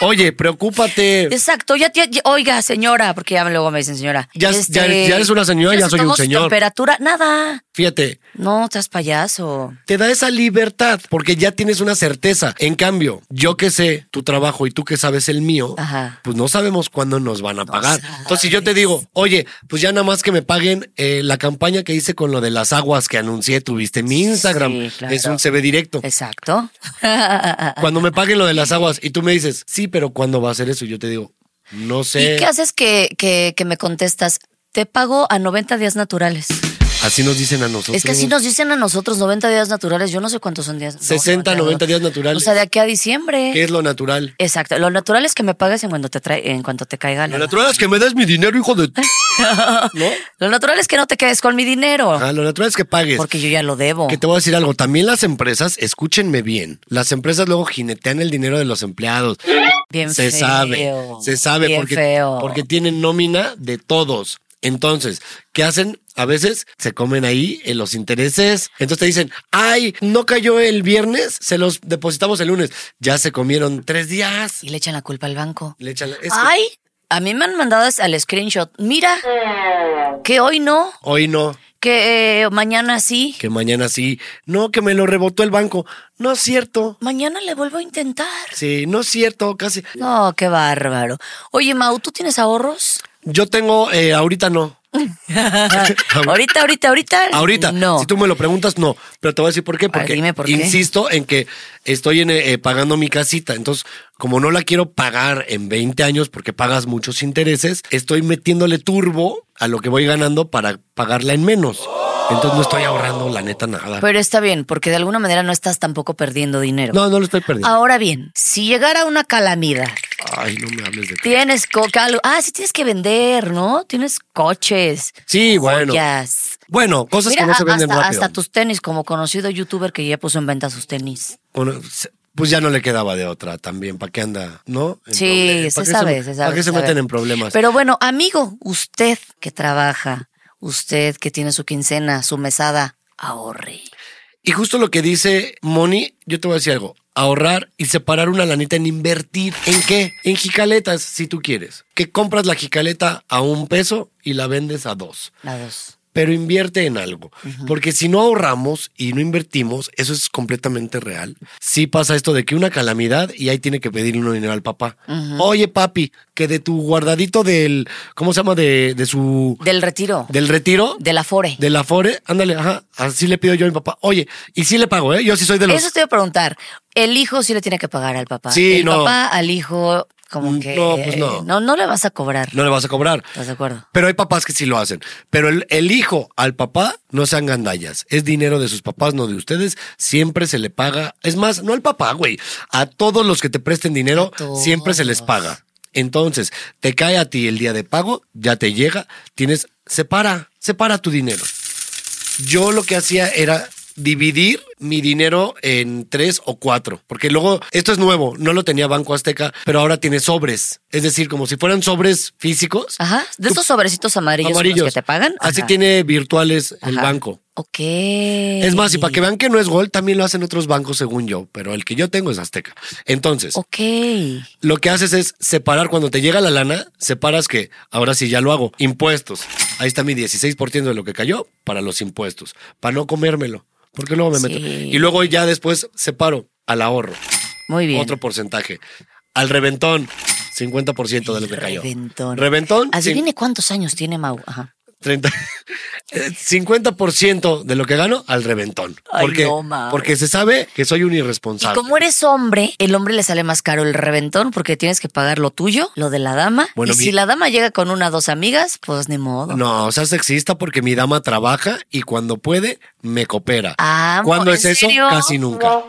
[SPEAKER 2] Oye, preocúpate.
[SPEAKER 5] Exacto, ya, te- ya- oiga, señora, porque ya luego me dicen señora. este,
[SPEAKER 2] Ya- ya- ya eres una señora, ya
[SPEAKER 5] se
[SPEAKER 2] soy un
[SPEAKER 5] tomó su
[SPEAKER 2] señor.
[SPEAKER 5] temperatura, nada.
[SPEAKER 2] Fíjate,
[SPEAKER 5] No, estás payaso.
[SPEAKER 2] te da esa libertad porque ya tienes una certeza. En cambio, yo que sé tu trabajo y tú que sabes el mío,
[SPEAKER 5] Ajá.
[SPEAKER 2] pues no sabemos cuándo nos van a pagar.
[SPEAKER 5] sabes.
[SPEAKER 2] Entonces, si yo te digo, oye, pues ya nada más que me paguen eh, la campaña que hice con lo de las aguas que anuncié, tuviste en mi Instagram,
[SPEAKER 5] Sí, claro.
[SPEAKER 2] es un CV directo.
[SPEAKER 5] Exacto.
[SPEAKER 2] Cuando me paguen lo de las aguas y tú me dices, sí, pero ¿cuándo va a ser eso? Y yo te digo, no sé.
[SPEAKER 5] ¿Y qué haces que, que, que me contestas? Te pago a 90 días naturales.
[SPEAKER 2] Así nos dicen a nosotros.
[SPEAKER 5] Es que si nos dicen a nosotros 90 días naturales, yo no sé cuántos son días. no,
[SPEAKER 2] 60,
[SPEAKER 5] no me
[SPEAKER 2] 90
[SPEAKER 5] acuerdo.
[SPEAKER 2] días naturales.
[SPEAKER 5] O sea, de aquí a diciembre.
[SPEAKER 2] ¿Qué es lo natural?
[SPEAKER 5] Exacto. Lo natural es que me pagues en cuanto te trae, en cuanto te caiga la.
[SPEAKER 2] Lo natural es que me des mi dinero, hijo de... ¿No?
[SPEAKER 5] Lo natural es que no te quedes con mi dinero.
[SPEAKER 2] Ajá, lo natural Ah, es que pagues.
[SPEAKER 5] Porque yo ya lo debo.
[SPEAKER 2] Que te voy a decir algo, también las empresas, escúchenme bien, las empresas luego jinetean el dinero de los empleados.
[SPEAKER 5] Bien
[SPEAKER 2] se
[SPEAKER 5] feo,
[SPEAKER 2] sabe, se sabe
[SPEAKER 5] bien
[SPEAKER 2] porque,
[SPEAKER 5] feo.
[SPEAKER 2] porque tienen nómina de todos. Entonces, ¿qué hacen? A veces se comen ahí en los intereses. Entonces te dicen, ay, no cayó el viernes, se los depositamos el lunes. Ya se comieron tres días.
[SPEAKER 5] Y le echan la culpa al banco.
[SPEAKER 2] Le echan la- es que
[SPEAKER 5] Ay, a mí me han mandado es- al screenshot. Mira, que hoy no,
[SPEAKER 2] hoy no,
[SPEAKER 5] que eh, mañana sí.
[SPEAKER 2] que mañana sí. No, que me lo rebotó el banco. No es cierto.
[SPEAKER 5] Mañana le vuelvo a intentar.
[SPEAKER 2] Sí, no es cierto, casi.
[SPEAKER 5] No, qué bárbaro. Oye, Mau, ¿tú tienes ahorros?
[SPEAKER 2] Yo tengo, eh, ahorita no.
[SPEAKER 5] ahorita, ahorita, ahorita.
[SPEAKER 2] Ahorita,
[SPEAKER 5] No.
[SPEAKER 2] si tú me lo preguntas, no. Pero te voy a decir por qué.
[SPEAKER 5] ver,
[SPEAKER 2] Porque
[SPEAKER 5] dime por qué.
[SPEAKER 2] insisto en que estoy en, eh, eh, pagando mi casita. Entonces, como no la quiero pagar en 20 años porque pagas muchos intereses, estoy metiéndole turbo a lo que voy ganando para pagarla en menos. Entonces, no estoy ahorrando, la neta, nada.
[SPEAKER 5] Pero está bien, porque de alguna manera no estás tampoco perdiendo dinero.
[SPEAKER 2] no, no lo estoy perdiendo.
[SPEAKER 5] Ahora bien, si llegara una calamidad,
[SPEAKER 2] Ay, no me hables de
[SPEAKER 5] tienes coca, algo- ah, sí tienes que vender, ¿no? Tienes coches,
[SPEAKER 2] Sí, bueno.
[SPEAKER 5] joyas.
[SPEAKER 2] Bueno, cosas
[SPEAKER 5] Mira,
[SPEAKER 2] que no se
[SPEAKER 5] a-
[SPEAKER 2] venden
[SPEAKER 5] hasta,
[SPEAKER 2] rápido.
[SPEAKER 5] hasta tus tenis, como conocido youtuber que ya puso en venta sus tenis.
[SPEAKER 2] Bueno, se- pues ya no le quedaba de otra también. ¿Para qué anda? ¿No? En
[SPEAKER 5] Sí,
[SPEAKER 2] problemas.
[SPEAKER 5] se
[SPEAKER 2] ¿Para qué
[SPEAKER 5] sabe, se, sabe.
[SPEAKER 2] ¿Para qué
[SPEAKER 5] se
[SPEAKER 2] se
[SPEAKER 5] sabe.
[SPEAKER 2] meten en problemas?
[SPEAKER 5] Pero bueno, amigo, usted que trabaja, usted que tiene su quincena, su mesada, ahorre.
[SPEAKER 2] Y justo lo que dice Moni, yo te voy a decir algo. Ahorrar y separar una lanita en invertir. ¿En qué? En jicaletas, si tú quieres. Que compras la jicaleta a un peso y la vendes a dos.
[SPEAKER 5] La dos.
[SPEAKER 2] Pero invierte en algo. Porque si no ahorramos y no invertimos, eso es completamente real. Sí pasa esto de que una calamidad y ahí tiene que pedirle uno dinero al papá. Oye, papi, que de tu guardadito del. ¿Cómo se llama? De, de su.
[SPEAKER 5] Del retiro,
[SPEAKER 2] Del retiro.
[SPEAKER 5] de la fore.
[SPEAKER 2] De la Fore, ándale, ajá, así le pido yo a mi papá. Oye, y sí le pago, ¿eh? Yo sí soy de los.
[SPEAKER 5] Eso te voy a preguntar. El hijo sí le tiene que pagar al papá.
[SPEAKER 2] Sí,
[SPEAKER 5] el
[SPEAKER 2] no.
[SPEAKER 5] papá al hijo Como que.
[SPEAKER 2] No, pues no.
[SPEAKER 5] No, no le vas a cobrar.
[SPEAKER 2] No le vas a cobrar.
[SPEAKER 5] ¿Estás de acuerdo?
[SPEAKER 2] Pero hay papás que sí lo hacen. Pero el, el hijo al papá no sean gandallas. Es dinero de sus papás, no de ustedes. Siempre se le paga. Es más, no al papá, güey. A todos los que te presten dinero,
[SPEAKER 5] A todos.
[SPEAKER 2] siempre se les paga. Entonces, te cae a ti el día de pago, ya te llega, tienes, separa, separa tu dinero. Yo lo que hacía era dividir mi dinero en tres o cuatro, porque luego esto es nuevo, no lo tenía Banco Azteca, pero ahora tiene sobres, es decir, como si fueran sobres físicos.
[SPEAKER 5] Ajá. De
[SPEAKER 2] Tú-
[SPEAKER 5] estos sobrecitos amarillos, con los que te pagan.
[SPEAKER 2] Así
[SPEAKER 5] Ajá.
[SPEAKER 2] tiene virtuales el
[SPEAKER 5] Ajá. Eh,
[SPEAKER 2] banco.
[SPEAKER 5] Ok.
[SPEAKER 2] Es más, y para que vean que no es Gold, también lo hacen otros bancos según yo, pero el que yo tengo es Azteca. Entonces,
[SPEAKER 5] Ok.
[SPEAKER 2] lo que haces es separar cuando te llega la lana, separas que, ahora sí ya lo hago, impuestos. Ahí está mi 16% de lo que cayó para los impuestos, para no comérmelo, porque luego me meto.
[SPEAKER 5] Sí.
[SPEAKER 2] Y luego ya después separo al ahorro,
[SPEAKER 5] Muy bien.
[SPEAKER 2] otro porcentaje. Al reventón, 50% de lo que cayó.
[SPEAKER 5] Reventón.
[SPEAKER 2] Reventón, cin-
[SPEAKER 5] Adivine cuántos años tiene Mau. Ajá.
[SPEAKER 2] 30, eh, 50% de lo que gano al reventón.
[SPEAKER 5] Ay,
[SPEAKER 2] porque,
[SPEAKER 5] no, ma.
[SPEAKER 2] porque se sabe que soy un
[SPEAKER 5] Y
[SPEAKER 2] irresponsable.
[SPEAKER 5] como eres hombre, el hombre le sale más caro el reventón porque tienes que pagar lo tuyo, lo de la dama.
[SPEAKER 2] Bueno,
[SPEAKER 5] y
[SPEAKER 2] mi-
[SPEAKER 5] si la dama llega con una o dos amigas, pues ni modo.
[SPEAKER 2] No, o sea, sexista porque mi dama trabaja y cuando puede, me coopera.
[SPEAKER 5] Ah, mo-
[SPEAKER 2] ¿Cuándo
[SPEAKER 5] ¿en
[SPEAKER 2] es eso?
[SPEAKER 5] serio?
[SPEAKER 2] Casi nunca.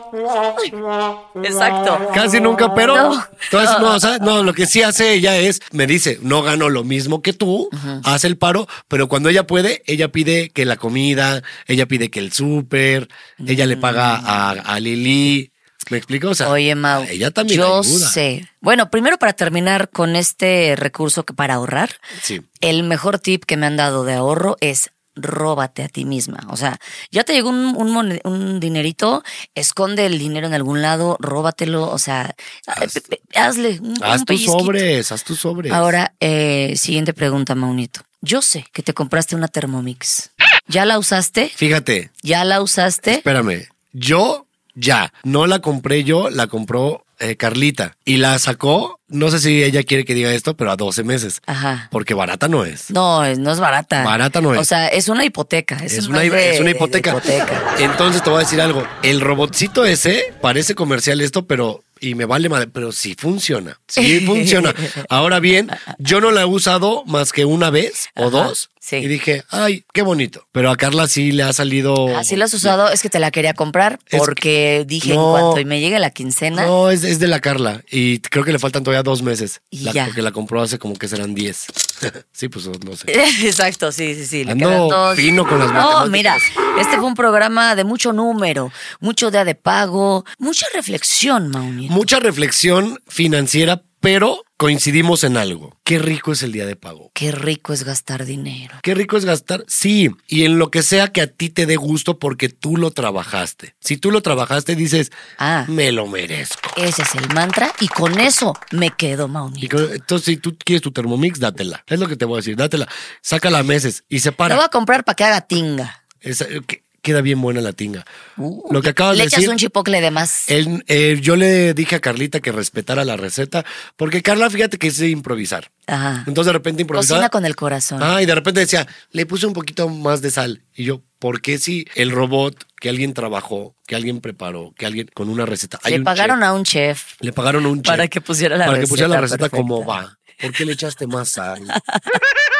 [SPEAKER 5] Exacto.
[SPEAKER 2] Casi nunca, pero.
[SPEAKER 5] No.
[SPEAKER 2] Entonces, no, o sea, no, lo que sí hace ella es, me dice, no gano lo mismo que tú, hace el paro, pero cuando ella puede, ella pide que la comida, ella pide que el súper, ella le paga a, a Lili. ¿Me explico? O sea,
[SPEAKER 5] Mm. Oye, Mau,
[SPEAKER 2] ella también
[SPEAKER 5] yo
[SPEAKER 2] ayuda.
[SPEAKER 5] sé. Bueno, primero para terminar con este recurso que para ahorrar,
[SPEAKER 2] Sí.
[SPEAKER 5] el mejor tip que me han dado de ahorro es róbate a ti misma. O sea, ya te llegó un, un mone- un dinerito, esconde el dinero en algún lado, róbatelo, o sea, eh, pe- pe- hazle un,
[SPEAKER 2] Haz tus
[SPEAKER 5] un pellizquito.
[SPEAKER 2] sobres, haz tus sobres.
[SPEAKER 5] Ahora, eh, siguiente pregunta, Maunito. Yo sé que te compraste una Thermomix. ¿Ya la usaste?
[SPEAKER 2] Fíjate,
[SPEAKER 5] ¿Ya la usaste?
[SPEAKER 2] espérame. Yo ya, no la compré yo, la compró eh, Carlita. Y la sacó, no sé si ella quiere que diga esto, pero a 12 meses.
[SPEAKER 5] Ajá.
[SPEAKER 2] Porque barata no es.
[SPEAKER 5] No, es- no es barata.
[SPEAKER 2] Barata no
[SPEAKER 5] O
[SPEAKER 2] es.
[SPEAKER 5] sea, es una hipoteca. Es,
[SPEAKER 2] Es
[SPEAKER 5] un
[SPEAKER 2] una,
[SPEAKER 5] plan de-
[SPEAKER 2] es una
[SPEAKER 5] de- de
[SPEAKER 2] hipoteca.
[SPEAKER 5] hipoteca.
[SPEAKER 2] Entonces te voy a decir algo. El robotcito ese parece comercial esto, pero y me vale madre, pero sí funciona. Sí funciona. Ahora bien, yo no la he usado más que una vez o
[SPEAKER 5] Ajá,
[SPEAKER 2] dos.
[SPEAKER 5] sí.
[SPEAKER 2] Y dije, ay, qué bonito. Pero a Carla sí le ha salido.
[SPEAKER 5] Así lo has usado, es que te ¿Ah, la quería comprar
[SPEAKER 2] Es-
[SPEAKER 5] porque
[SPEAKER 2] No.
[SPEAKER 5] dije en cuanto y me llegue la quincena.
[SPEAKER 2] No, es, es de la Carla. Y creo que le faltan todavía dos meses.
[SPEAKER 5] Y
[SPEAKER 2] La-
[SPEAKER 5] ya.
[SPEAKER 2] Porque la compró hace como que serán diez. sí, pues no
[SPEAKER 5] Eh.
[SPEAKER 2] sé.
[SPEAKER 5] Exacto, sí, sí, sí. le
[SPEAKER 2] Ando
[SPEAKER 5] quedan dos.
[SPEAKER 2] fino con las
[SPEAKER 5] No,
[SPEAKER 2] matemáticas.
[SPEAKER 5] mira, este fue un programa de mucho número, mucho día de pago, mucha reflexión, Mauni.
[SPEAKER 2] Mucha reflexión financiera, pero coincidimos en algo. Qué rico es el día de pago.
[SPEAKER 5] Qué rico es gastar dinero.
[SPEAKER 2] Qué rico es gastar, sí, y en lo que sea que a ti te dé gusto porque tú lo trabajaste. Si tú lo trabajaste, dices,
[SPEAKER 5] Ah.
[SPEAKER 2] me lo merezco.
[SPEAKER 5] Ese es el mantra y con eso me quedo,
[SPEAKER 2] Y
[SPEAKER 5] Mauni.
[SPEAKER 2] con- entonces, si tú quieres tu Thermomix, dátela. Es lo que te voy a decir, dátela. Sácala a meses y
[SPEAKER 5] Lo voy
[SPEAKER 2] separa.
[SPEAKER 5] a comprar para que haga tinga.
[SPEAKER 2] Esa- eh, que- queda bien buena la tinga.
[SPEAKER 5] Uh,
[SPEAKER 2] lo que acabas
[SPEAKER 5] le
[SPEAKER 2] de
[SPEAKER 5] echas
[SPEAKER 2] decir.
[SPEAKER 5] un chipocle de más.
[SPEAKER 2] el- eh, yo le dije a Carlita que respetara la receta, porque Carla, fíjate que es de improvisar.
[SPEAKER 5] Ajá.
[SPEAKER 2] Entonces, de repente improvisar.
[SPEAKER 5] Cocina con el corazón.
[SPEAKER 2] Ah, y de repente decía, le puse un poquito más de sal. Y yo, ¿por qué si el robot que alguien trabajó, que alguien preparó, que alguien con una receta? hay
[SPEAKER 5] Le
[SPEAKER 2] un
[SPEAKER 5] pagaron
[SPEAKER 2] chef,
[SPEAKER 5] a un chef.
[SPEAKER 2] Le pagaron a un
[SPEAKER 5] para
[SPEAKER 2] chef
[SPEAKER 5] que pusiera la
[SPEAKER 2] Para que pusiera la
[SPEAKER 5] receta
[SPEAKER 2] receta como
[SPEAKER 5] perfecta.
[SPEAKER 2] va. ¿Por qué le echaste más sal?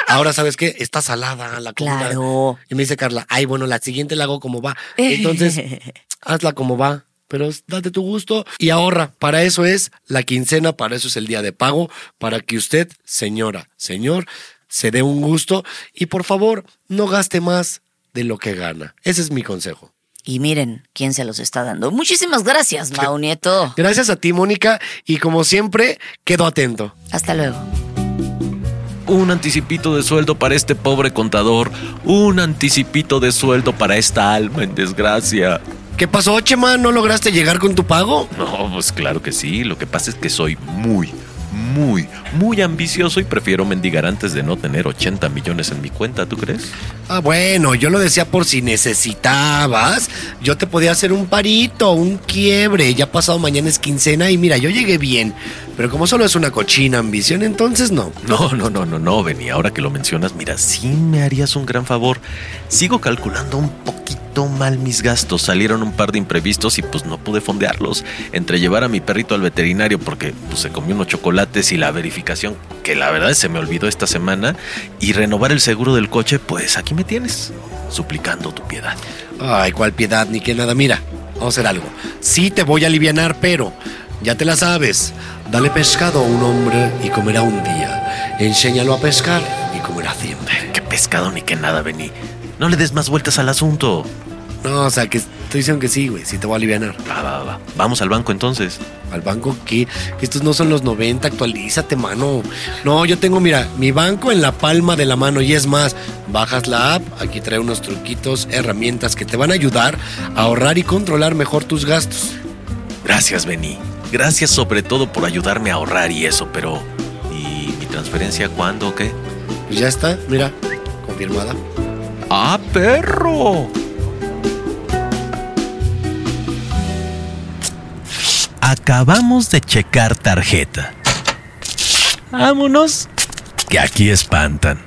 [SPEAKER 2] Ahora, ¿sabes qué? Está salada la comida.
[SPEAKER 5] Claro.
[SPEAKER 2] Y me dice Carla, ay, bueno, la siguiente la hago como va. Entonces, hazla como va. Pero date tu gusto y ahorra. Para eso es la quincena, para eso es el día de pago, para que usted, señora, señor, se dé un gusto y por favor, no gaste más de lo que gana. Ese es mi consejo.
[SPEAKER 5] Y miren quién se los está dando. Muchísimas gracias, Mau Nieto.
[SPEAKER 2] Gracias a ti, Mónica, y como siempre, quedo atento.
[SPEAKER 5] Hasta luego.
[SPEAKER 3] Un anticipito de sueldo para este pobre contador. Un anticipito de sueldo para esta alma en desgracia.
[SPEAKER 2] ¿Qué pasó, Chema? ¿No lograste llegar con tu pago?
[SPEAKER 3] No, pues claro que sí. Lo que pasa es que soy muy, muy, muy ambicioso y prefiero mendigar antes de no tener 80 millones en mi cuenta, ¿tú crees?
[SPEAKER 2] Ah, bueno, yo lo decía por si necesitabas. Yo te podía hacer un parito, un quiebre. Ya pasado mañana es quincena y mira, yo llegué bien. Pero como solo es una cochina ambición, entonces no.
[SPEAKER 3] No, no, no, no, no, Benny. Ahora que lo mencionas, mira, sí me harías un gran favor. Sigo calculando un poquito trató mal mis gastos, salieron un par de imprevistos y pues no pude fondearlos. Entre llevar a mi perrito al veterinario porque pues, se comió unos chocolates y la verificación, que la verdad se me olvidó esta semana, y renovar el seguro del coche, pues aquí me tienes, suplicando tu piedad.
[SPEAKER 2] Ay, cuál piedad, ni que nada. Mira, vamos a hacer algo. Sí te voy a alivianar, pero ya te la sabes. Dale pescado a un hombre y comerá un día. Enséñalo a pescar y comerá siempre.
[SPEAKER 3] Qué pescado ni qué nada, Beni. No le des más vueltas al asunto.
[SPEAKER 2] No, o sea, que estoy diciendo que sí, güey. Sí te voy a alivianar.
[SPEAKER 3] Va, va, va. Vamos al banco entonces.
[SPEAKER 2] ¿Al banco qué? Que estos no son los 90, actualízate, mano. No, yo tengo, mira, mi banco en la palma de la mano. Y es más, bajas la app, aquí trae unos truquitos, herramientas que te van a ayudar a ahorrar y controlar mejor tus gastos.
[SPEAKER 3] Gracias, Beni. Gracias sobre todo por ayudarme a ahorrar y eso, pero ¿y mi transferencia cuándo o qué?
[SPEAKER 2] Pues ya está, mira, confirmada.
[SPEAKER 3] ¡Ah, perro!
[SPEAKER 1] Acabamos de checar tarjeta. Vámonos, que aquí espantan.